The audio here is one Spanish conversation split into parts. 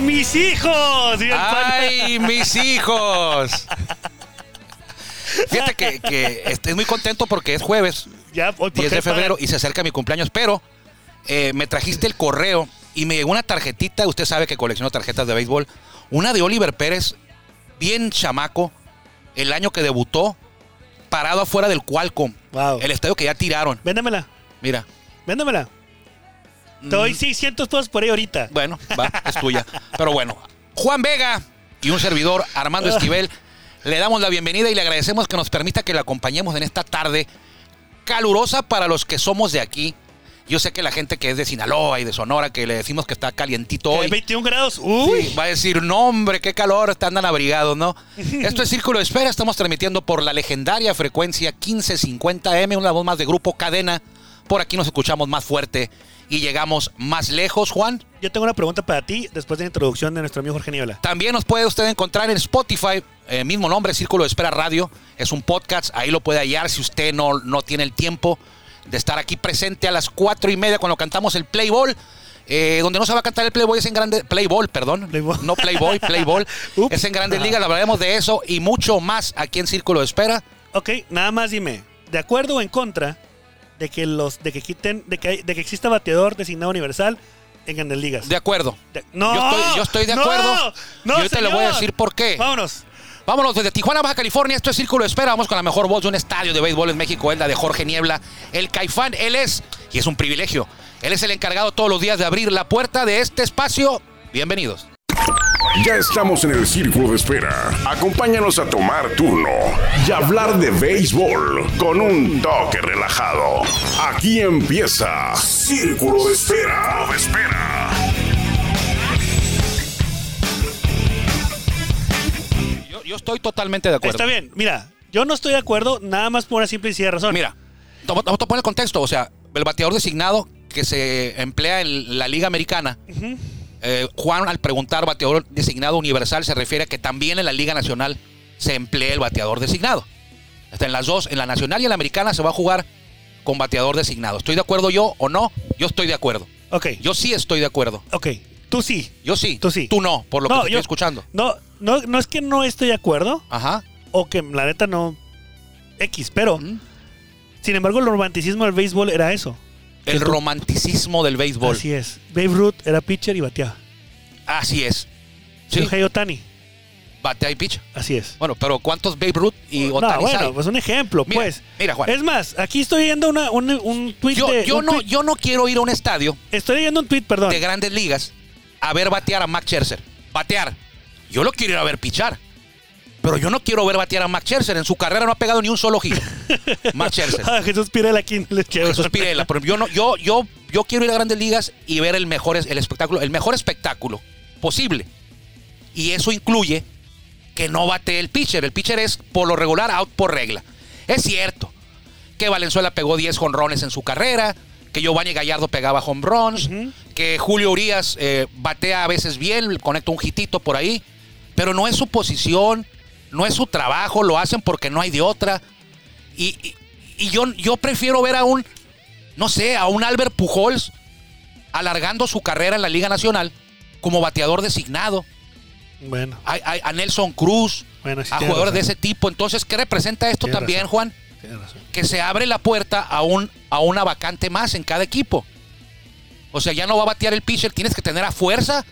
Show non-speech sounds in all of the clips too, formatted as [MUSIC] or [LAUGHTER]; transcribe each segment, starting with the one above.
mis hijos. Y el pana- [LAUGHS] ¡Ay, mis hijos! Fíjate que, que estoy muy contento porque es jueves, ya, hoy, ¿por 10 qué de febrero, pagan? y se acerca mi cumpleaños, pero eh, me trajiste el correo y me llegó una tarjetita, usted sabe que colecciono tarjetas de béisbol, una de Oliver Pérez, bien chamaco, el año que debutó, parado afuera del Qualcomm, Wow. el estadio que ya tiraron. Véndamela, Mira. véndamela. Te Mm. doy 600 pesos por ahí ahorita. Bueno, va, es tuya. Pero bueno, Juan Vega y un servidor, Armando Esquivel, le damos la bienvenida y le agradecemos que nos permita que le acompañemos en esta tarde calurosa para los que somos de aquí. Yo sé que la gente que es de Sinaloa y de Sonora, que le decimos que está calientito Eh, hoy, 21 grados. Uy. va a decir, no hombre, qué calor, están tan abrigados, ¿no? Esto es Círculo de Espera, estamos transmitiendo por la legendaria frecuencia 1550M, una voz más de Grupo Cadena. Por aquí nos escuchamos más fuerte y llegamos más lejos, Juan. Yo tengo una pregunta para ti después de la introducción de nuestro amigo Jorge Niebla. También nos puede usted encontrar en Spotify, eh, mismo nombre, Círculo de Espera Radio. Es un podcast, ahí lo puede hallar si usted no, no tiene el tiempo de estar aquí presente a las cuatro y media cuando cantamos el Playboy. Eh, donde no se va a cantar el Playboy es en grande Playboy, perdón, Playboy. no Playboy, Playboy [LAUGHS] Ups. es en Grandes Ligas. Hablaremos de eso y mucho más aquí en Círculo de Espera. Ok, nada más dime, ¿de acuerdo o en contra de que los de que quiten de que, hay- de que exista bateador designado universal en Grandes Ligas? De acuerdo. De- no, yo estoy, yo estoy de no, acuerdo. No, y ahorita le voy a señor. decir por qué. Vámonos. Vámonos desde Tijuana, Baja California. Esto es Círculo de Espera. Vamos con la mejor voz de un estadio de béisbol en México, es la de Jorge Niebla, el Caifán. Él es, y es un privilegio, él es el encargado todos los días de abrir la puerta de este espacio. Bienvenidos. Ya estamos en el círculo de espera. Acompáñanos a tomar turno y hablar de béisbol con un toque relajado. Aquí empieza Círculo de Espera. De espera. Yo, yo estoy totalmente de acuerdo. Está bien, mira, yo no estoy de acuerdo nada más por una simple y sencilla razón. [LAUGHS] Mira, vamos a poner el contexto. O sea, el bateador designado que se emplea en la Liga Americana. eh, Juan, al preguntar bateador designado universal, se refiere a que también en la Liga Nacional se emplea el bateador designado. Hasta en las dos, en la Nacional y en la Americana se va a jugar con bateador designado. ¿Estoy de acuerdo yo o no? Yo estoy de acuerdo. Ok, Yo sí estoy de acuerdo. ok, tú sí. Yo sí. Tú sí. Tú no, por lo que te yo- estoy escuchando. No, no, no es que no estoy de acuerdo Ajá. o que la neta no X, pero Mm. sin embargo el romanticismo del béisbol era eso. El tú- romanticismo del béisbol. Así, Así es. Babe Ruth era pitcher y bateaba. es. Sí, Sí. Otani. batea y pitch. Así es. Bueno, pero ¿cuántos Babe Ruth y No, Otani bueno, hay? pues un ejemplo, Mira, pues. mira, Juan. Es más, aquí estoy viendo una, un, un tweet yo, de. yo un no, tuit- yo no quiero ir a un estadio Estoy leyendo un tweet, perdón. de grandes ligas a ver batear a Max Scherzer. Batear. Yo lo quiero ir a ver pichar. Pero yo no quiero ver batear a Max Scherzer. En su carrera no ha pegado ni un solo [LAUGHS] hit. Max Scherzer. Ah, Jesús Pirela aquí en el Jesús Pirela. Pero yo, no, yo, yo, yo quiero ir a grandes ligas y ver el mejor, es- el espectáculo, el mejor espectáculo posible. Y eso incluye que no bate el pitcher. El pitcher es por lo regular out por regla. Es cierto que Valenzuela pegó 10 jonrones en su carrera, que Giovanni Gallardo pegaba home runs, que Julio Urias eh, batea a veces bien, conecta un hitito por ahí, pero no es su posición, no es su trabajo, lo hacen porque no hay de otra. Y, y- y yo, yo prefiero ver a un, no sé, a un Albert Pujols alargando su carrera en la Liga Nacional como bateador designado Bueno, a, a- a Nelson Cruz, Bueno, sí a tiene jugadores razón. de ese tipo. Entonces, ¿qué representa esto Tiene también, razón. Juan? tienes razón. Que se abre la puerta a, un, a una vacante más en cada equipo. O sea, ya no va a batear el pitcher, tienes que tener a fuerza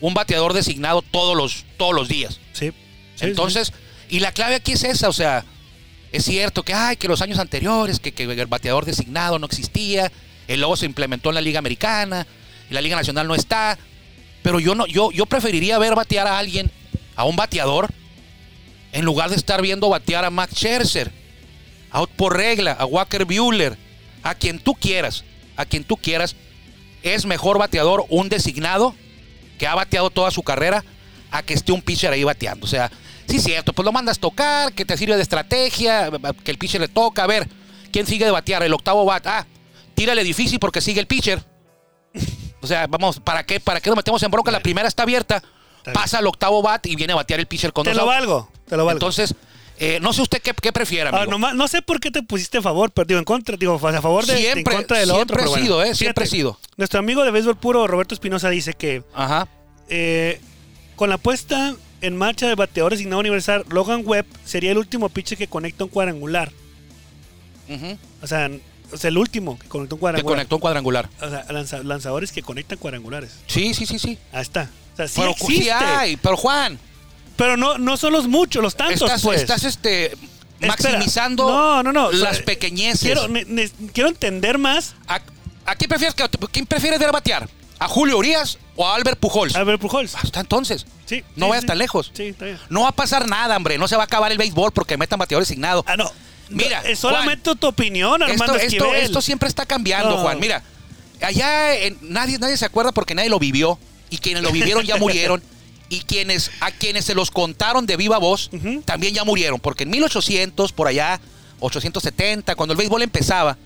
un bateador designado todos los, todos los días. Sí. Sí, sí. Entonces, y la clave aquí es esa, o sea, es cierto que ay, que los años anteriores, que, que el bateador designado no existía, el lobo se implementó en la Liga Americana, y la Liga Nacional no está, pero yo no, yo, yo preferiría ver batear a alguien, a un bateador, en lugar de estar viendo batear a Max Scherzer, a, por regla, a Walker Buehler, a quien tú quieras, a quien tú quieras, es mejor bateador un designado que ha bateado toda su carrera a que esté un pitcher ahí bateando. O sea, sí es cierto, pues lo mandas tocar, que te sirve de estrategia, que el pitcher le toca, a ver, ¿quién sigue de batear? El octavo bat, ah, tírale difícil porque sigue el pitcher. O sea, vamos, ¿para qué? ¿Para qué nos metemos en bronca? La primera está abierta, bien. pasa al octavo bat y viene a batear el pitcher con Te dos lo outs. valgo. Te lo valgo. Entonces, eh, no sé usted qué, qué prefiera, Ah, amigo. nomás- no sé por qué te pusiste a favor, pero digo en contra, digo a favor de, de- Siempre- en contra de lo siempre otro. he pero bueno. sido, eh, siempre he sido. Nuestro amigo de béisbol puro Roberto Espinosa dice que Ajá. eh, Con la puesta en marcha de bateadores sin nada universal, Logan Webb sería el último pitcher que conecta un cuadrangular. Ujú. O sea, n- o sea, el último que conecta un Que cuadrangular. conectó un cuadrangular. O sea, lanza- lanzadores que conectan cuadrangulares. Sí, sí, sí, sí. Ahí está. O sea, sí pero, pues, existe. sí hay, pero Juan, Pero no, no son los muchos, los tantos, estás, pues. estás, este, Espera. maximizando No, no, no. O las sea, pequeñeces. Quiero, ne- ne- quiero entender más. ¿A, a quién, prefieres, que- quién prefieres ver batear? ¿A Julio Urias o a Albert Pujols? A ver, Pujols. Hasta entonces. Sí, No sí, vayas sí. tan lejos. Sí, está bien. No va a pasar nada, hombre. No se va a acabar el béisbol porque metan bateadores signados. Ah, no. Mira, Es solamente tu opinión, Armando Esto, esto, Esquivel. esto siempre está cambiando, No. Juan. Mira, allá en- nadie, nadie se acuerda porque nadie lo vivió. Y quienes lo [LAUGHS] vivieron ya murieron. Y quienes, a quienes se los contaron de viva voz Ujú. también ya murieron. Porque en 1800, por allá, 870, cuando el béisbol empezaba,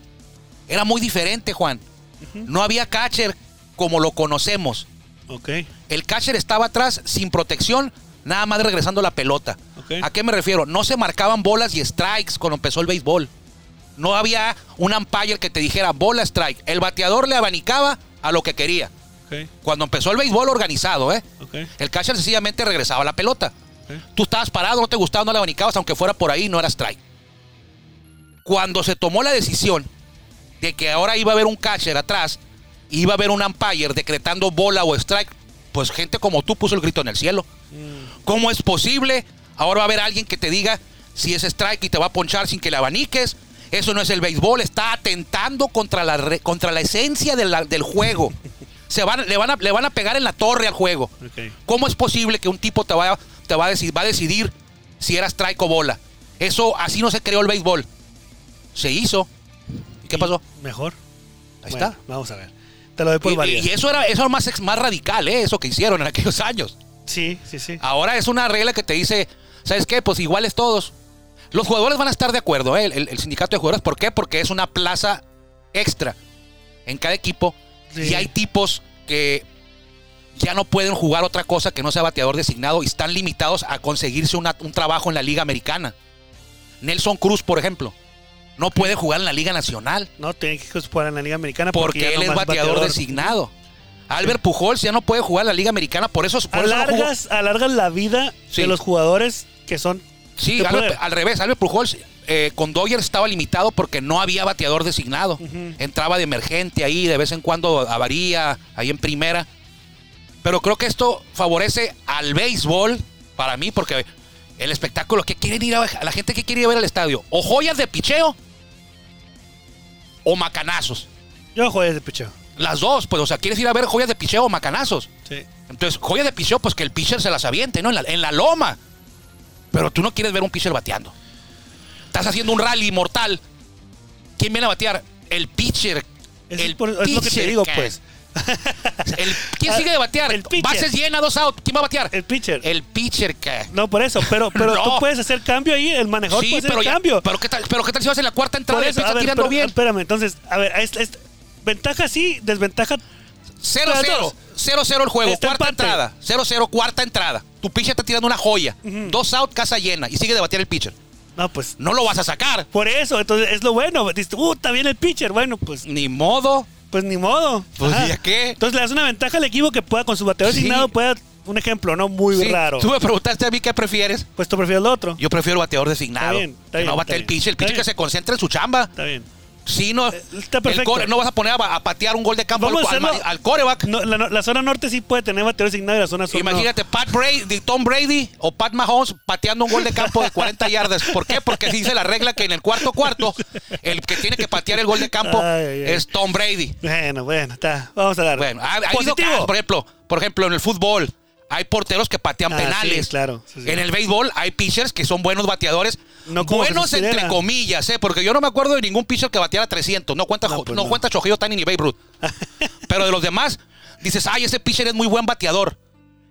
era muy diferente, Juan. No había catcher como lo conocemos. Ok. El catcher estaba atrás sin protección, nada más regresando la pelota. Ok. ¿A qué me refiero? No se marcaban bolas y strikes cuando empezó el béisbol. No había un umpire que te dijera bola, strike. El bateador le abanicaba a lo que quería. Ok. Cuando empezó el béisbol organizado, ¿eh? Ok. El catcher sencillamente regresaba la pelota. ok. Tú estabas parado, no te gustaba, no le abanicabas, aunque fuera por ahí, no era strike. Cuando se tomó la decisión de que ahora iba a haber un catcher atrás, iba a haber un umpire decretando bola o strike, pues gente como tú puso el grito en el cielo. ¿Cómo es posible? Ahora va a haber alguien que te diga si es strike y te va a ponchar sin que le abaniques. Eso no es el béisbol, está atentando contra la, re- contra la esencia de la- del juego. Se van, le, van a, le van a pegar en la torre al juego. Ok. ¿Cómo es posible que un tipo te, va, te va, a decidir, va a decidir si eras strike o bola? Eso así no se creó el béisbol. Se hizo. ¿Y qué pasó? Mejor. Ahí Bueno, está. Vamos a ver. Te lo doy por Y- y, válida. y eso era, eso era más, ex- más radical, ¿eh? eso que hicieron en aquellos [LAUGHS] años. Sí, sí, sí. Ahora es una regla que te dice, ¿sabes qué? Pues iguales todos. Los jugadores van a estar de acuerdo, ¿eh? el, el- el sindicato de jugadores. ¿Por qué? Porque es una plaza extra en cada equipo. Sí. Y hay tipos que ya no pueden jugar otra cosa que no sea bateador designado y están limitados a conseguirse una- un trabajo en la Liga Americana. Nelson Cruz, por ejemplo, no puede jugar en la Liga Nacional No, tiene que jugar en la Liga Americana porque, porque ya él es nomás bateador, designado. Albert Pujols ya no puede jugar en la Liga Americana, por eso, por eso no jugó. Alargas, alargas la vida Sí. de los jugadores que son. Sí, ah. que Albert- pueden. al revés. Albert Pujols eh, con Dodger estaba limitado porque no había bateador designado. Ujú. Entraba de emergente ahí, de vez en cuando avaría, ahí en primera. Pero creo que esto favorece al béisbol para mí porque el espectáculo que quieren ir a, a la gente que quiere ir a ver al estadio, o joyas de picheo o macanazos. Yo juego de picheo. Las dos, pues, o sea, quieres ir a ver joyas de picheo o macanazos. Sí. Entonces, joyas de picheo, pues que el pitcher se las aviente, ¿no? En la, en la loma. Pero tú no quieres ver un pitcher bateando. Estás haciendo un rally mortal. ¿Quién viene a batear? El pitcher. Eso el es, por- es lo que te pitcher, digo, ca- pues. El- ¿Quién Ah, sigue de batear? el pitcher. Bases llenas, dos out. ¿Quién va a batear? El pitcher. El pitcher, ca- No, por eso. [LAUGHS] Pero, pero No. tú puedes hacer cambio ahí. pues El manejador Sí, puede hacer pero, ya- cambio. pero, ¿qué tal, pero ¿qué tal si vas en la cuarta Por entrada y el eso, a pitcher ver, tirando pero- bien? Espérame, entonces, a ver, es- es- ventaja sí, desventaja. 0-0. pero dos. 0-0 el juego. Está cuarta empate. entrada. 0-0, cuarta entrada. Tu pitcher está tirando una joya. Dos out, casa llena. Y sigue de batear el pitcher. No, pues. No lo vas a sacar. Por eso, entonces es lo bueno. Dices, uh, está bien el pitcher. Bueno, pues, Ni modo. pues ni modo. Pues, Ajá. ¿y a qué? Entonces le das una ventaja al equipo que pueda, con su bateo Sí. asignado, pueda. Un ejemplo, ¿no? Muy Sí, raro. Tú me preguntaste a mí qué prefieres. Pues tú prefieres el otro. Yo prefiero bateador designado. Está bien, está que bien, no está bate el bien. pitcher. El Está pitcher que bien. se concentra en su chamba. Está bien. Si no, Está el perfecto. core- no vas a poner a, a patear un gol de campo Ah, al, Vamos a al- hacerlo- al coreback. No, la, la zona norte sí puede tener bateo asignado y la zona sur. no. Imagínate Pat Brady, Tom Brady o Pat Mahomes pateando un gol de campo de 40 yardas. ¿Por qué? Porque dice la regla que en el cuarto cuarto el que tiene que patear el gol de campo Ay, ay, ay. es Tom Brady. Bueno, bueno, está. Vamos a dar. Bueno, ha, ha habido Positivo. [LAUGHS] casos, por ejemplo, por ejemplo, en el fútbol hay porteros que patean Ah, penales. sí, claro. Sí, sí. En el béisbol hay pitchers que son buenos bateadores. No como buenos Jesús Videla. entre comillas, ¿eh? porque yo no me acuerdo de ningún pitcher que bateara 300. No cuenta, No, Jo- pues no no. cuenta Shohei Ohtani ni Babe Ruth. Pero de los demás, dices, ay, ese pitcher es muy buen bateador.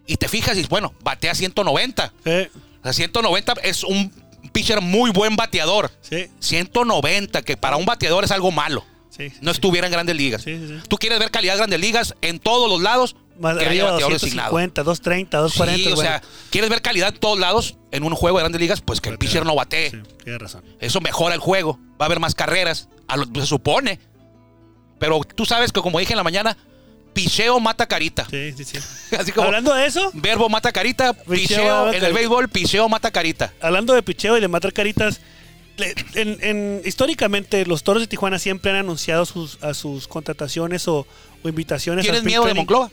Y te fijas y dices, bueno, batea 190. Sí, O sea, 190 es un pitcher muy buen bateador. sí, 190, que para un bateador es algo malo sí. sí. no estuviera en grandes ligas. Sí, sí, sí. Tú quieres ver calidad de grandes ligas en todos los lados, Más que haya arriba, bateador 250, 230, Sí, 240. o bueno. sea, quieres ver calidad en todos lados en un juego de grandes ligas, pues que el pitcher no batee. Sí, tienes razón. Eso mejora el juego, va a haber más carreras, a lo- se supone. Pero tú sabes que, como dije en la mañana, picheo mata carita. Sí, sí, sí. [LAUGHS] Así como Hablando de eso, verbo mata carita, picheo mata en el carita. béisbol, picheo mata carita. hablando de picheo y de matar caritas, le- en- en- históricamente los toros de Tijuana siempre han anunciado sus, a sus contrataciones o, o invitaciones. ¿Tienes al spring miedo de training. Monclova?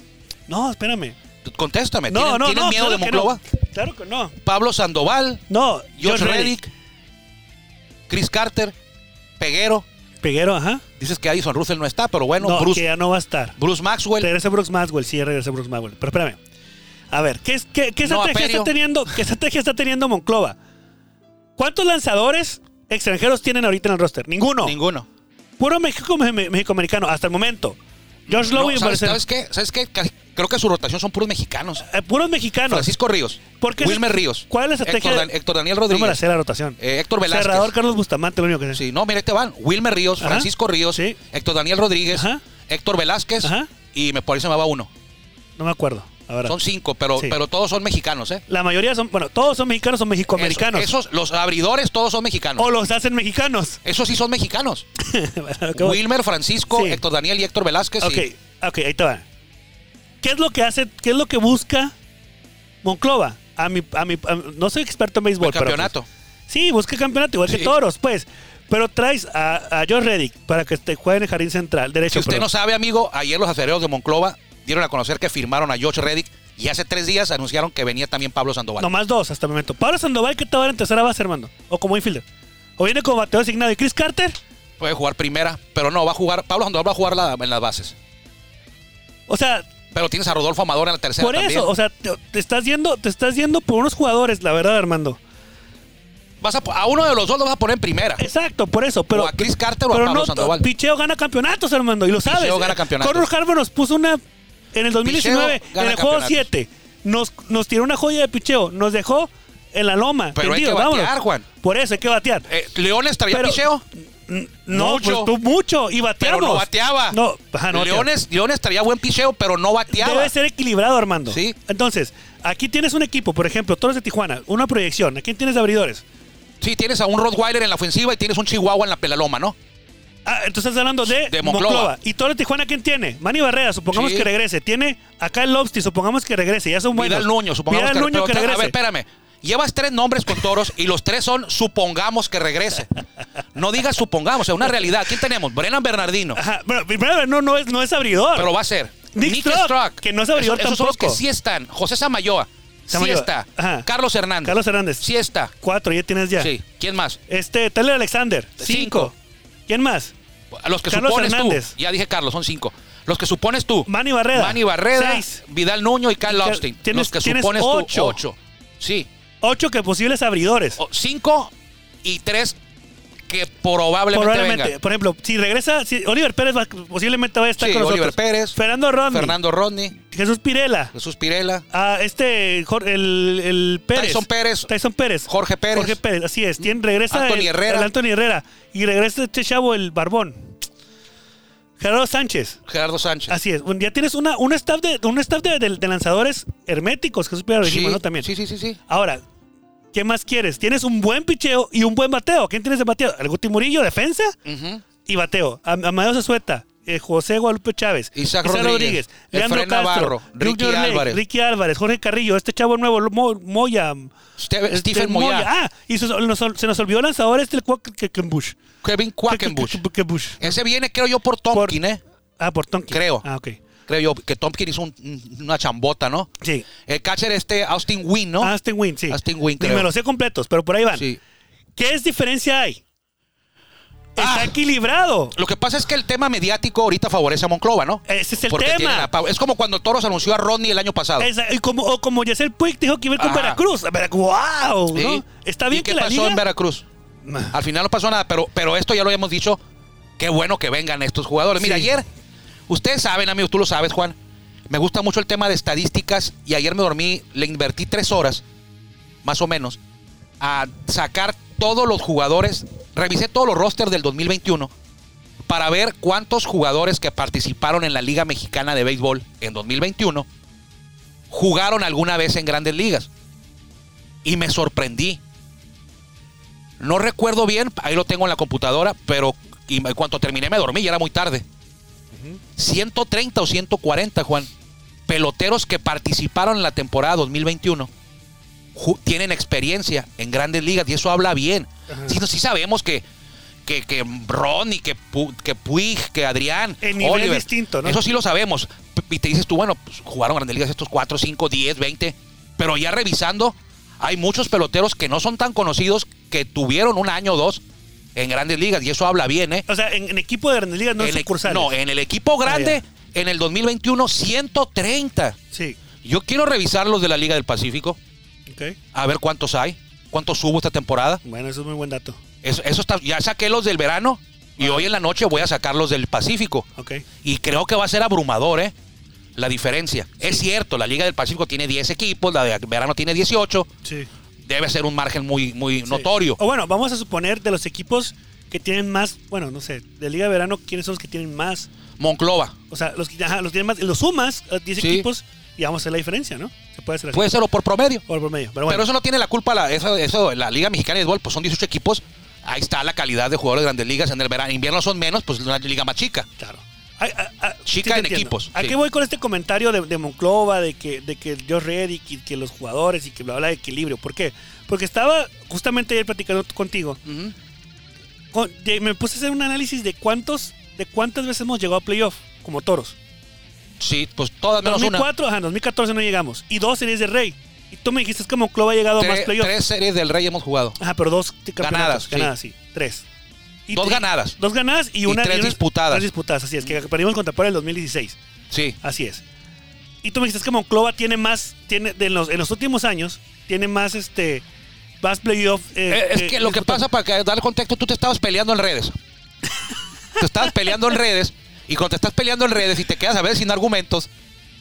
No, espérame. Contéstame, No, ¿tienes, no, tienes no. miedo de claro que no. Monclova? Claro que no. Pablo Sandoval, No, Josh Reddick. Reddick, Chris Carter, Peguero. Peguero, ajá. Dices que Addison Russell no está, pero bueno, no, Bruce, que ya no va a estar. Bruce Maxwell. Regresa Brooks Maxwell, sí, regresa Brooks Maxwell. Pero espérame. A ver, ¿qué, es- qué, qué No, estrategia, Aperio. está teniendo, qué estrategia está teniendo Monclova? ¿Cuántos lanzadores extranjeros tienen ahorita en el roster? Ninguno. Ninguno. Puro México, me- me- Mexicoamericano, hasta el momento. Josh No, Lowe y ¿sabes, Barcel- sabes qué? ¿Sabes qué? Casi- Creo que su rotación son puros mexicanos. eh, puros mexicanos. Francisco Ríos. ¿Por qué se- Wilmer Ríos. ¿Cuál es la Héctor, estrategia? Dan- Héctor Daniel no me la Rodríguez. sé la rotación. eh, Héctor Velázquez. Cerrador Carlos Bustamante, lo único que sé. Sí, no, mira, ahí te van. Wilmer Ríos, Ajá. Francisco Ríos, Sí. Héctor Daniel Rodríguez, Ajá. Héctor Velázquez Ajá. y me parece me va uno. No me acuerdo. Ahora. Son cinco, pero, Sí. pero todos son mexicanos, ¿eh? La mayoría son, bueno, todos son mexicanos, son mexicoamericanos. Eso- Esos, los abridores, todos son mexicanos. O los hacen mexicanos. [LAUGHS] Esos sí son mexicanos. Acabo- Wilmer, Francisco, Sí. Héctor Daniel y Héctor Velázquez. y- Ok, ok, ahí te va. ¿Qué es lo que hace, qué es lo que busca Monclova? A mi, a mi, a- no soy experto en béisbol, El pero, campeonato. pues, sí, busca campeonato, igual Sí. que toros, pues. Pero traes a, a Josh Reddick para que te juegue en el jardín central, derecho. Si usted perdón. no sabe, amigo, ayer los acereros de Monclova dieron a conocer que firmaron a Josh Reddick y hace tres días anunciaron que venía también Pablo Sandoval. Nomás dos hasta el momento. Pablo Sandoval, ¿qué te va a dar en tercera base, Armando? O como infielder. O viene como bateador asignado. ¿Y Chris Carter? Puede jugar primera, pero no, va a jugar. Pablo Sandoval va a jugar la- en las bases. O sea, Pero tienes a Rodolfo Amador en la tercera por eso, también. o sea, te, te estás yendo, te estás yendo por unos jugadores, la verdad, Armando. Vas a, po- a uno de los dos lo vas a poner en primera. Exacto, por eso. Pero, O a Chris Carter o a pero Pablo no, Sandoval. Picheo gana campeonatos, Armando, y lo sabes. gana campeonatos. Conor Harbour nos puso una en el 2019, Picheo en gana el juego campeonatos. 7. Nos, nos tiró una joya de picheo, nos dejó en la loma. Pero hay tendido, que batear, vámonos. Juan. Por eso hay que batear. Eh, Leones traía Pero- picheo, No, mucho. mucho. tú mucho. Y pero bateamos. no bateaba. No, ajá, Ah, no bateaba. Leones, Leones traía buen picheo, pero no bateaba. Debe ser equilibrado, Armando. Sí. Entonces, aquí tienes un equipo, por ejemplo, Toros de Tijuana, una proyección. ¿A quién tienes de abridores? Sí, tienes a un Rottweiler en la ofensiva y tienes un Chihuahua en la pelaloma, ¿no? Ah, entonces estás hablando de, De Monclova. Monclova. ¿Y Torres Tijuana quién tiene? Manny Barrera, supongamos Sí. que regrese. Tiene acá el Lobsti, supongamos que regrese. Ya son buenos. Vidal Nuño, supongamos Vidal Nuño pero que tra- regrese. A ver, espérame. Llevas tres nombres con toros y los tres son supongamos que regrese. No digas supongamos, es una realidad. ¿Quién tenemos? Brennan Bernardino. Ajá, bueno, primero, no, no, es, no es abridor. Pero va a ser. Nick Strock, que no es abridor Esos- esos son los que tampoco. sí están. José Samayoa. Sí Samayoa, está. ajá. Carlos Hernández. Carlos Hernández. Sí está. Cuatro, ya tienes ya. Sí. ¿Quién más? Este, Tyler Alexander. Cinco. Cinco. ¿Quién más? A los que Carlos supones Hernández. tú. Ya dije Carlos, son cinco. Los que supones tú. Manny Barrera. Manny Barrera, Seis. Vidal Nuño y Carl Car- Austin. tienes- Los que tienes supones tú. ocho. Ocho. Sí. Ocho que posibles abridores. O- cinco y tres que probablemente, Probablemente. vengan. Por ejemplo, si regresa, si Oliver Pérez va- posiblemente va a estar Sí, con nosotros. Oliver Pérez. Fernando Rodney. Fernando Rodney, Jesús Pirela. Jesús Pirela. Ah, este, Jor- el, el Pérez. Tyson Pérez. Tyson Pérez. Jorge Pérez. Jorge Pérez, así es. Tien- regresa Anthony el, Herrera. el Anthony Herrera. Y regresa este chavo, el Barbón. Gerardo Sánchez. Gerardo Sánchez. Así es. Un día tienes una, un staff, de, un staff de, de- de lanzadores herméticos, que supieron sí, ¿no? También. sí, sí, sí, sí. Ahora, ¿qué más quieres? Tienes un buen picheo y un buen bateo. ¿Quién tienes de bateo? El Guti Murillo, defensa Ujú. y bateo. Am- Amadeo Zazueta, eh, José Guadalupe Chávez, Isaac Rodríguez, Leandro Efraín Navarro, Castro, Junior Ricky Lake, Álvarez. Ricky Álvarez, Jorge Carrillo, este chavo nuevo, Lo- Mo- Moya. Ste- este, Stephen Moya. Ah, y se nos, se nos olvidó el lanzador este, el Quackenbush. Kevin Quackenbush. Quackenbush. Ese viene, creo yo, por Tompkin, ¿eh? Ah, por Tonkin. Creo. Ah, ok. Creo yo que Tompkin hizo un- una chambota, ¿no? Sí. El catcher este, Austin Wynn, ¿no? Aston Wynn, sí. Aston Wynn, Ni creo. Me los sé completos, pero por ahí van. Sí. ¿Qué es diferencia hay? Está Ah. equilibrado. Lo que pasa es que el tema mediático ahorita favorece a Monclova, ¿no? Ese es el Porque tema. tienen a Pau- Es como cuando Toros anunció a Rodney el año pasado. Esa- y como, o como Yacel Puig dijo que iba a ir con Ah. Ajá. Veracruz. A Veracruz, wow. Sí. ¿no? Está bien ¿Y qué que la pasó liga... en Veracruz? Al final no pasó nada, pero, pero esto ya lo habíamos dicho. Qué bueno que vengan estos jugadores. Mira, Sí. ayer, ustedes saben, amigos, tú lo sabes, Juan. Me gusta mucho el tema de estadísticas y ayer me dormí, le invertí tres horas, más o menos, a sacar todos los jugadores. Revisé todos los rosters del 2021 para ver cuántos jugadores que participaron en la Liga Mexicana de Béisbol en 2021 jugaron alguna vez en grandes ligas. Y me sorprendí. No recuerdo bien, ahí lo tengo en la computadora, pero y en cuanto terminé me dormí, ya era muy tarde. 130 o 140, Juan, peloteros que participaron en la temporada 2021 ju- tienen experiencia en grandes ligas y eso habla bien. Ajá. Sí, no, sí sabemos que, que, que Ronnie, que, Pu- que Puig, que Adrián, En nivel Oliver, distinto, ¿no? Eso sí lo sabemos. P- Y te dices tú, bueno, pues, jugaron grandes ligas estos 4, 5, 10, 20. Pero ya revisando, hay muchos peloteros que no son tan conocidos que tuvieron un año o dos en grandes ligas y eso habla bien, ¿eh? O sea, en, en equipo de Grandes Ligas no En es el- sucursal. no, en el equipo grande, Ah, en el 2021, 130. Sí. Yo quiero revisar los de la Liga del Pacífico, Ok. a ver cuántos hay, cuántos hubo esta temporada. Bueno, eso es muy buen dato. Eso, eso está, ya saqué los del verano y hoy en la noche voy a sacar los del Pacífico. Ok. Y creo que va a ser abrumador, ¿eh? La diferencia. Es cierto, la Liga del Pacífico tiene 10 equipos, la de verano tiene 18. Sí. Debe ser un margen muy, muy Sí. Oh. notorio. O bueno, vamos a suponer de los equipos que tienen más, bueno, no sé, de Liga de Verano, ¿quiénes son los que tienen más? Monclova. O sea, los que ajá, los tienen más, los sumas a 10 Sí. equipos y vamos a hacer la diferencia, ¿no? Se puede hacer así. Puede ser o por promedio. o por medio. Pero bueno, Pero eso no tiene la culpa, la, eso, eso, la Liga Mexicana de Béisbol, pues son 18 equipos. Ahí está la calidad de jugadores de grandes ligas. En el verano, en invierno son menos, pues una liga más chica. claro. A- a- a- Chica te en entiendo. equipos, ¿A sí. qué voy con este comentario de, de Monclova, de que, de que Josh Reddick y que los jugadores y que bla bla de equilibrio? ¿Por qué? Porque estaba justamente ayer platicando contigo. Ujú. Con- de- me puse a hacer un análisis de cuántos, de cuántas veces hemos llegado a playoff como toros. Sí, pues todas menos una. 2004, ajá, en 2014 no llegamos. Y dos series de Rey. Y tú me dijiste es que Monclova ha llegado a más Tres, playoffs. tres series del Rey hemos jugado. Ajá, pero dos t- campeonatos. Ganadas, Ganadas, sí. sí. Tres. Y Dos te- ganadas. Dos ganadas y Y una. tres una- disputadas. Tres disputadas, así es. Que perdimos contra Puebla en el 2016. Sí. Así es. Y tú me dijiste es que Monclova tiene más. Tiene, de los, en los últimos años, tiene más este. Más playoff. eh, Eh, es eh, que lo que disputados. pasa, para que- dar contexto, tú te estabas peleando en redes. te estabas peleando en redes. Y cuando te estás peleando en redes y te quedas a ver sin argumentos,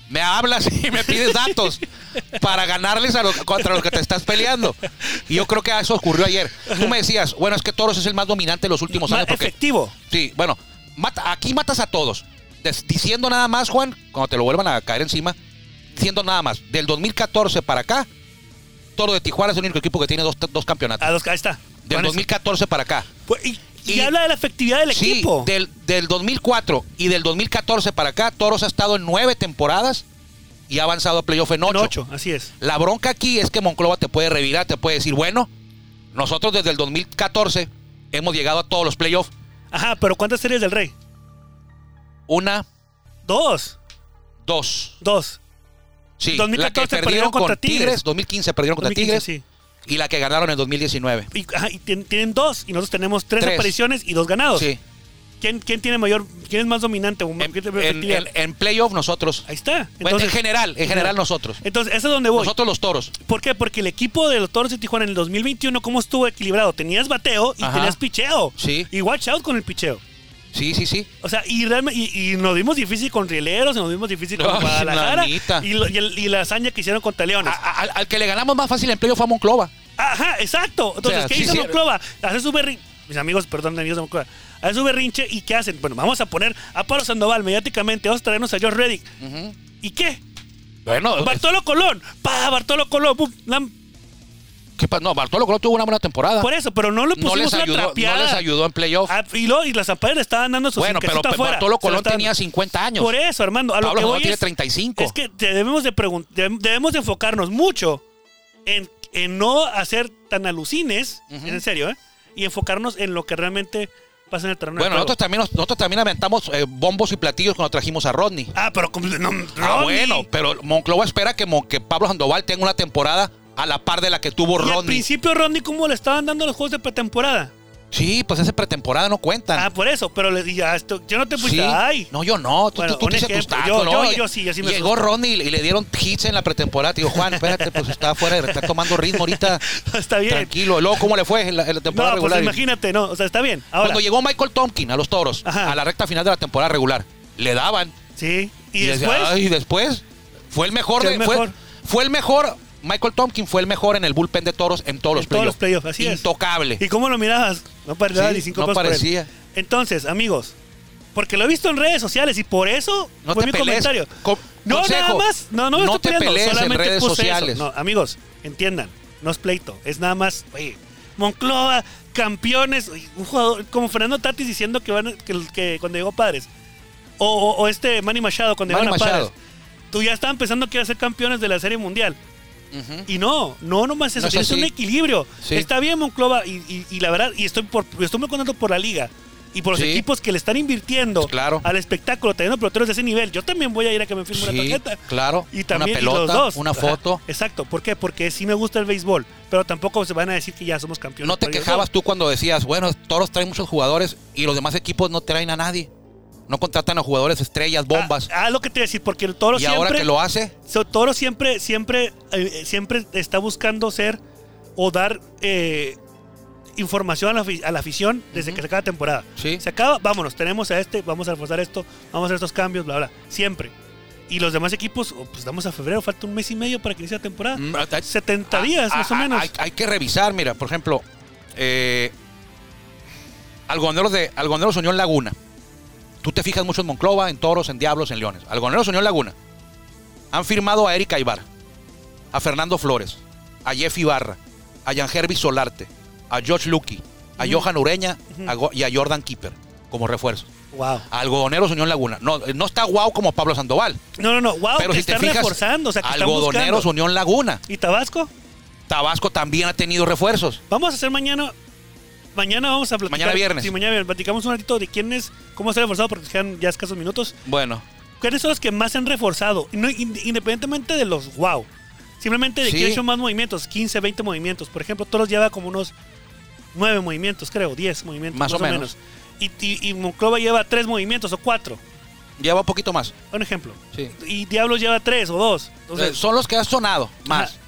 me hablas [LAUGHS] y me pides datos para ganarles a los, contra los que te estás peleando. Y yo creo que eso ocurrió ayer. Tú me decías, bueno, es que Toros es el más dominante en los últimos Más años. Porque, efectivo. sí, bueno, mata- aquí matas a todos. Des- diciendo nada más, Juan, cuando te lo vuelvan a caer encima, diciendo nada más. Del 2014 para acá, Toro de Tijuana es el único equipo que tiene dos, dos campeonatos. A dos, ahí está. Del Bueno, 2014 para acá. pues, y, y y- habla de la efectividad del sí, equipo. Del, del 2004 y del 2014 para acá, Toros ha estado en nueve temporadas y ha avanzado a playoff en En ocho. ocho, así es. La bronca aquí es que Monclova te puede revirar, te puede decir, bueno, nosotros desde el 2014 hemos llegado a todos los playoffs. Ajá, pero ¿cuántas series del Rey? Una, Dos. dos. Dos. Sí, 2014 la que perdieron perdieron contra contra Tigres. Tigres. 2015 perdieron contra 2015, Tigres sí. y la que ganaron en 2019. Y, ajá, y tien- tienen dos, y nosotros tenemos tres, Tres. apariciones y dos ganados. Sí. ¿Quién, quién tiene mayor, quién es más dominante? o más- En, quién tiene en- efectividad? en- en playoff nosotros. Ahí está. Bueno, Entonces, en general, en general nosotros. entonces, eso es donde voy. Nosotros los toros. ¿Por qué? Porque el equipo de los Toros de Tijuana en el 2021, ¿cómo estuvo equilibrado? Tenías bateo y Ajá. tenías picheo. Sí. Y watch out con el picheo. Sí, sí, sí. O sea, y, realmente, y, y nos vimos difícil con Rieleros, nos vimos difícil con [LAUGHS] Ay, Guadalajara. nanita. Ah. Y, lo- y el- y la hazaña que hicieron contra Leones. A- a- al- al que le ganamos más fácil en playoff fue a Monclova. Ajá, exacto. Entonces, sea, ¿qué sí, hizo sí. Monclova? Hace su berrinche. Mis amigos, perdón, amigos de Monclova. Hace su berrinche y ¿qué hacen? Bueno, vamos a poner a Pablo Sandoval mediáticamente, vamos a traernos a George Reddick. ¿Y qué? Bueno, Bartolo Colón. Pa, Bartolo Colón. pum, lam. ¿qué pa- no, Bartolo Colón tuvo una buena temporada. Por eso, pero no le no, pusimos les ayudó, una no trapeada. les ayudó en playoff. Ah, y, lo, y las zampadas le estaban dando sus bueno, pero incasitas pe- afuera. Bartolo Se lo Colón estaban- tenía 50 años. Por eso, Armando, a lo Pablo que voy Sandoval tiene es- 35. Es que te debemos de pregun- deb- debemos de enfocarnos mucho en, en no hacer tan alucines, Ujú. en serio, ¿eh? Y enfocarnos en lo que realmente pasa en el terreno. de bueno, juego. nosotros también, nos- nosotros también aventamos eh, bombos y platillos cuando trajimos a Rodney. Ah, pero como- no, Ah, Ronnie. bueno, pero Monclova espera que, Mon- que Pablo Sandoval tenga una temporada a la par de la que tuvo Y al Rodney. principio Ronnie cómo le estaban dando los juegos de pretemporada. Sí, pues esa pretemporada no cuenta. Ah, por eso, pero le dije, ah, esto, yo no te puse, Sí. ay. No, yo no. Tú, Bueno, tú- tú un te hice tus ejemplo. tacos, Yo- ¿no? yo- Y- yo sí, yo sí me Llegó Ronnie y, le- y le dieron hits en la pretemporada. Te digo, Juan, espérate, pues está fuera, de- está tomando [LAUGHS] ritmo ahorita. Está bien. Tranquilo. Luego, ¿cómo le fue en la, en la temporada No, pues regular? imagínate, no, o sea, está bien. Ahora, Cuando llegó Michael Tompkin a los toros, Ajá. a la recta final de la temporada regular, le daban. sí, y, decía, "Ah, después, "Ay, y después fue el mejor. Fue de- el fue- mejor. fue el mejor. Michael Tompkin fue el mejor en el bullpen de toros en todos los en todos playoffs. los playoffs, así es. Intocable. ¿Y cómo lo mirabas? No parecía Sí, ni cinco no pesos por él. parecía. Entonces, amigos, porque lo he visto en redes sociales y por eso No fue te mi pelees. comentario. Co- no, consejo, nada más. No, no me no estoy te peleando, pelees en solamente redes puse eso. sociales. No, amigos, entiendan, no es pleito, es nada más. oye, Monclova, campeones, oye, un jugador como Fernando Tatis diciendo que van a- que, que cuando llegó Padres O, o- o este Manny Machado cuando Manny llegaron a Machado. Padres. Tú ya estaban pensando que iban a ser campeones de la Serie Mundial. Y no, no nomás eso, No es tienes así. un equilibrio. Sí. Está bien Monclova y, y- y la verdad, y estoy por, estoy muy contento por la liga y por los Sí. equipos que le están invirtiendo Pues claro. al espectáculo, teniendo peloteros de ese nivel. Yo también voy a ir a que me firme una Sí, tarjeta. claro. Y Una también y los pelota, dos. una Ajá, foto. Exacto, ¿por qué? Porque sí me gusta el béisbol, pero tampoco se van a decir que ya somos campeones. ¿No te por ellos quejabas tú cuando decías, bueno, Toros trae muchos jugadores y los demás equipos no traen a nadie? No contratan a jugadores estrellas, dos. bombas. Ah, ah, lo que te iba a decir, porque el toro y siempre. ahora que lo hace, So, Toro siempre, siempre, eh, siempre está buscando ser o dar eh, información a la, afi- a la afición desde que se acaba la temporada. Sí. Se acaba, vámonos, tenemos a este, vamos a reforzar esto, vamos a hacer estos cambios, bla, bla. Siempre. Y los demás equipos, oh, pues damos a febrero, falta un mes y medio para que inicie la temporada. Mm, ah, ah, 70 días, ah, más o ah, menos. Hay, hay que revisar, mira, por ejemplo, eh, Algoneros de Algoneros Unión Laguna. Tú te fijas mucho en Monclova, en Toros, en Diablos, en Leones. Algoneros Unión Laguna. Han firmado a Eric Aybar, a Fernando Flores, a Jeff Ibarra, a Jan Hervis Solarte, a George Lucky, a Johan Ureña a Go- y a Jordan Keeper como refuerzo. Wow. Algodoneros Unión Laguna. No, no está guau como Pablo Sandoval, No, no, no, wow, pero que si te están fijas, reforzando, o sea, que están Algodoneros buscando. Unión Laguna. ¿Y Tabasco? Tabasco también ha tenido refuerzos. Vamos a hacer mañana. Mañana vamos a platicar. Mañana viernes. Sí, mañana viernes. Platicamos un ratito de quién es, cómo se ha reforzado, porque quedan ya escasos minutos. Bueno, ¿Quiénes son los que más se han reforzado? No, ind- independientemente de los wow. Simplemente de Sí. quién ha hecho más movimientos, 15, 20 movimientos. Por ejemplo, Toros lleva como unos 9 movimientos, creo, 10 movimientos. Más Más, o o menos. Y, y- y Monclova lleva 3 movimientos o 4, lleva un poquito más. un ejemplo. Sí. Y Diablos lleva 3 o 2. Eh, Entonces, Son los que han sonado más. Ajá,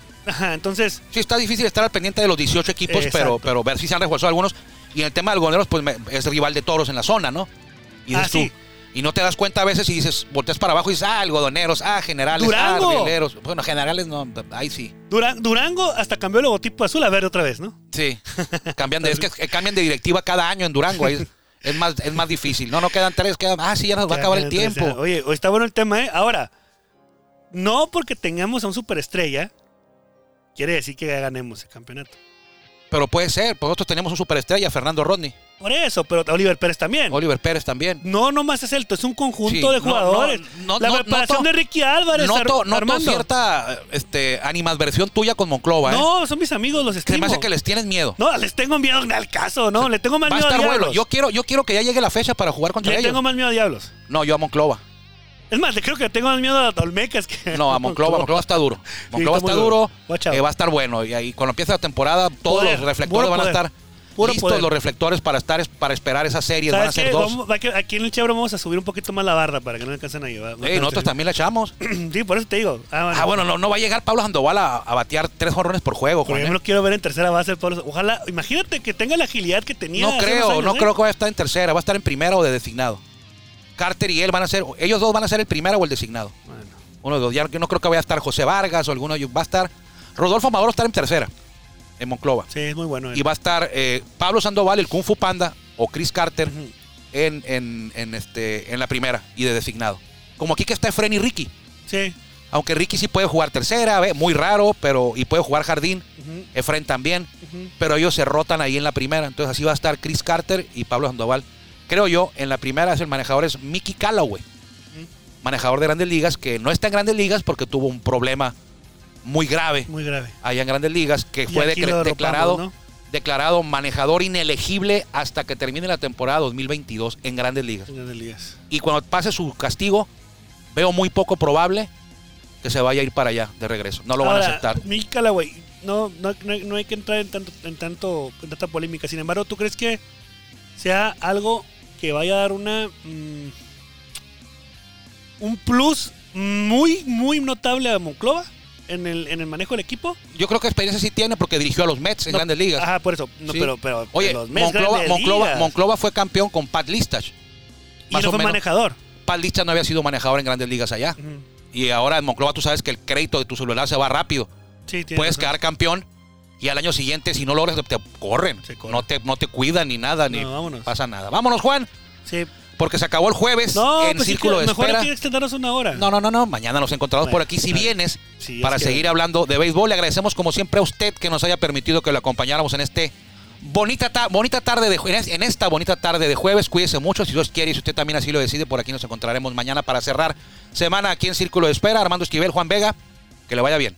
ajá, entonces, Sí, está difícil estar al pendiente de los 18 equipos, Exacto. pero, pero ver si se han reforzado algunos. Y en el tema de algodoneros, pues me- es rival de toros en la zona, ¿no? Y dices Ah, sí. tú. Y no te das cuenta a veces y dices, volteas para abajo y dices, ah, algodoneros, ah, generales, ¡Durango! ah, rieleros. Bueno, generales no, ahí sí. Dura- Durango hasta cambió el logotipo azul a verde otra vez, ¿no? [LAUGHS] Sí. Cambian de, es que eh, cambian de directiva cada año en Durango. ahí es, es más, es más difícil. No, no quedan tres, quedan, ah, sí, ya nos va a acabar el Entonces, tiempo. ah, Oye, hoy está bueno el tema, ¿eh? Ahora, no porque tengamos a un superestrella, quiere decir que ya ganemos el campeonato. Pero puede ser, pues nosotros tenemos un superestrella, Fernando Rodney, Por eso, pero Oliver Pérez también. Oliver Pérez también. no, nomás es el, es un conjunto Sí, de no, jugadores. no, no, la no, preparación noto- de Ricky Álvarez, Ar- Noto, noto Armando. cierta este, animadversión tuya con Monclova, ¿eh? No, son mis amigos, los Se estimo. me hace que les tienes miedo. No, les tengo miedo al caso, no, le tengo más Va a miedo a estar Diablos. bueno. Yo quiero, yo quiero que ya llegue la fecha para jugar contra le ellos. tengo más miedo a Diablos. No, yo a Monclova. Es más, le creo que tengo más miedo a Olmecas que No, [LAUGHS] a Monclova. Monclova está duro. Monclova está está muy duro. duro. Watch out. eh, va a estar bueno. Y ahí cuando empiece la temporada, todos Poder, los reflectores puro van a poder, estar puro listos poder. los reflectores para estar es- para esperar esas series. Van a ¿Sabes ser qué? dos. Vamos- va que- aquí en el Chevro vamos a subir un poquito más la barra para que no alcancen a llevar. Ey, Eh, nosotros también la echamos. [CLEARS THROAT] Sí, por eso te digo. Ah, bueno. Ah, bueno, no, no va a llegar Pablo Sandoval a, a batear tres jorrones por juego, Porque Juan, yo ¿eh? me lo quiero ver en tercera base, Pablo. Ojalá, imagínate que tenga la agilidad que tenía. No hace creo, unos años, no ¿eh? creo que vaya a estar en tercera, va a estar en primera o de designado. Carter y él van a ser, ellos dos van a ser el primero o el designado. Bueno, Uno de los ya no creo que vaya a estar José Vargas o alguno de ellos. Va a estar Rodolfo Amador va a estar en tercera, en Monclova. sí, es muy bueno. él. Y va a estar eh, Pablo Sandoval, el Kung Fu Panda, o Chris Carter Ujú. en, en- en este, en la primera y de designado. Como aquí que está Efren y Ricky. Sí. Aunque Ricky sí puede jugar tercera, ve, muy raro, pero y puede jugar jardín. Ujú, Efren también ujú. pero ellos se rotan ahí en la primera. Entonces así va a estar Chris Carter y Pablo Sandoval. Creo yo, en la primera es el manejador es Mickey Callaway, manejador de grandes ligas, que no está en grandes ligas porque tuvo un problema muy grave Muy grave. allá en grandes ligas, que Y fue aquí decre- lo derrotamos, declarado, ¿no? declarado manejador inelegible hasta que termine la temporada 2022 en grandes ligas. Señor Elías. Y cuando pase su castigo, veo muy poco probable que se vaya a ir para allá de regreso. No lo van a Ahora, aceptar. Mick Callaway, no, no, no hay- no hay que entrar en, tanto, en, tanto, en tanta polémica. Sin embargo, ¿tú crees que sea algo que vaya a dar una. mm, un plus muy, muy notable a Monclova en el, en el manejo del equipo? Yo creo que experiencia sí tiene porque dirigió a los Mets en No, grandes ligas. Ajá, por eso. No, Sí. pero, pero. Oye, los Mets Monclova, grandes Monclova, ligas. Monclova fue campeón con Pat Listach. Y más no o fue menos. manejador. Pat Listach no había sido manejador en grandes ligas allá. Ujú. Y ahora en Monclova tú sabes que el crédito de tu celular se va rápido. Sí, tienes Puedes razón. quedar campeón y al año siguiente, si no logras, te, te corren. Se corren. No te, no te cuidan ni nada, ni No, vámonos. pasa nada. Vámonos, Juan, Sí. porque se acabó el jueves No, en pues sí, Círculo que de mejor Espera. hay que extendernos una hora. No, no, no, no. Mañana nos encontramos por Bueno, aquí si está bien. vienes Sí, es para que- seguir hablando de béisbol. Le agradecemos como siempre a usted que nos haya permitido que lo acompañáramos en este Bonita, ta- bonita tarde de jueves. En esta bonita tarde de jueves, cuídese mucho. Si Dios quiere y si usted también así lo decide, por aquí nos encontraremos mañana para cerrar semana aquí en Círculo de Espera. Armando Esquivel, Juan Vega, que le vaya bien.